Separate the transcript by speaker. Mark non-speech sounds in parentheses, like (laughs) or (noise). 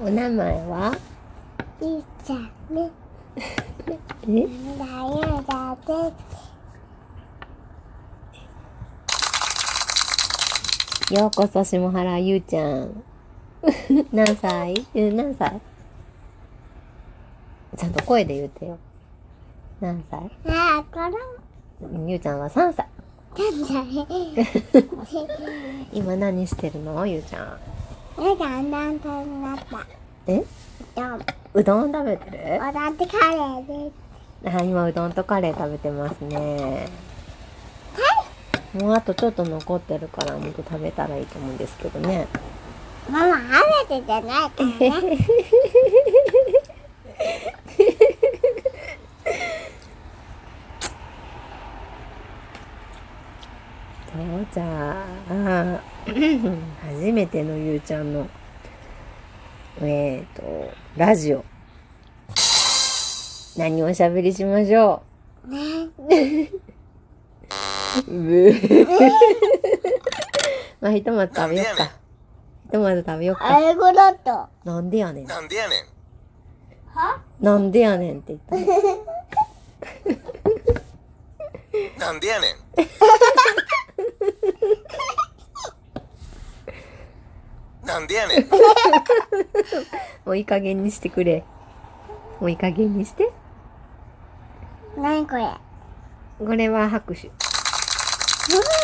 Speaker 1: お名前は
Speaker 2: ゆうちゃんね。
Speaker 1: え
Speaker 2: だやだで
Speaker 1: ようこそ下原ゆうちゃん (laughs) 何歳え何歳ちゃんと声で言うてよ何歳
Speaker 2: す。ああ、から。
Speaker 1: ゆうちゃんは3歳
Speaker 2: なんだね。
Speaker 1: 今何してるのゆうちゃん
Speaker 2: え、だんだんとになった。
Speaker 1: え
Speaker 2: どうも。
Speaker 1: うどん食べてる
Speaker 2: おだってカレーです。
Speaker 1: あ今うどんとカレー食べてますねもうあとちょっと残ってるから肉食べたらいいと思うんですけどね
Speaker 2: ママ、食べてじゃないからね。
Speaker 1: そうじゃあ初めてのゆうちゃんのえっ、とラジオ何をおしゃべりしましょ
Speaker 2: ね。
Speaker 1: うブーまあひとまず食べよっかひとまず食べよっか
Speaker 2: 英語だと。
Speaker 1: なんでやねん
Speaker 3: なんでやねん。
Speaker 2: は
Speaker 1: なんでやねんって言った
Speaker 3: なんでやねん。なんでやねん。
Speaker 1: もういい加減にしてくれ。もういい加減にして。
Speaker 2: なにこれ。
Speaker 1: これは拍手。
Speaker 2: ママ、